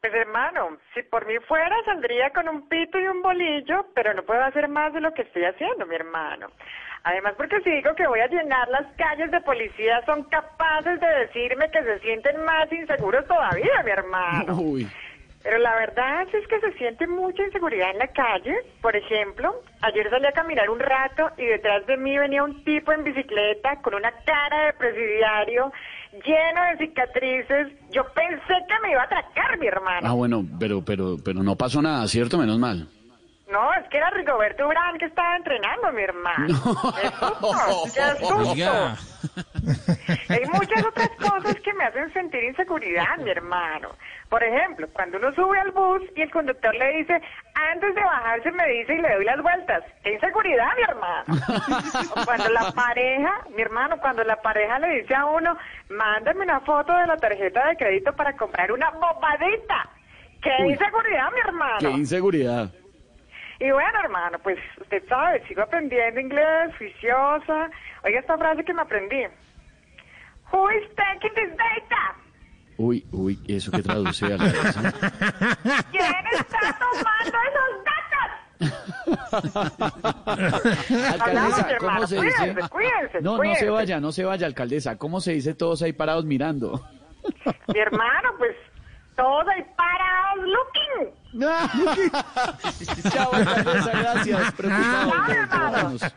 Pues hermano, si por mí fuera saldría con un pito y un bolillo, pero no puedo hacer más de lo que estoy haciendo, mi hermano. Además, porque si digo que voy a llenar las calles de policías, son capaces de decirme que se sienten más inseguros todavía, mi hermano. Uy. Pero la verdad es que se siente mucha inseguridad en la calle. Por ejemplo, ayer salí a caminar un rato y detrás de mí venía un tipo en bicicleta con una cara de presidiario lleno de cicatrices. Yo pensé que me iba a atracar, mi hermano. Ah, bueno, pero, pero, pero no pasó nada, ¿cierto? Menos mal. No, es que era Rigoberto Urán que estaba entrenando, mi hermano. Qué susto, qué susto. Oiga. Hay muchas otras cosas que me hacen sentir inseguridad, mi hermano. Por ejemplo, cuando uno sube al bus y el conductor le dice, antes de bajarse me dice y le doy las vueltas. ¡Qué inseguridad, mi hermano! O cuando la pareja, mi hermano, cuando la pareja le dice a uno, mándame una foto de la tarjeta de crédito para comprar una bobadita. ¡Qué inseguridad, mi hermano! Qué inseguridad. Y bueno, hermano, pues usted sabe, sigo aprendiendo inglés, juiciosa. Oiga esta frase que me aprendí. Who is taking this data? Uy, uy, eso que traduce a la vez, ¿eh? ¿Quién está tomando esos datos? Hablamos, Alcaldesa, ¿cómo hermano. se dice? Cuídense, cuídense, No, no cuídense. se vaya, no se vaya, alcaldesa. ¿Cómo se dice todos ahí parados mirando? Mi hermano, pues todo el parados looking. Chao, alcaldesa, gracias. Preocupados, Chao, hermano. vámonos.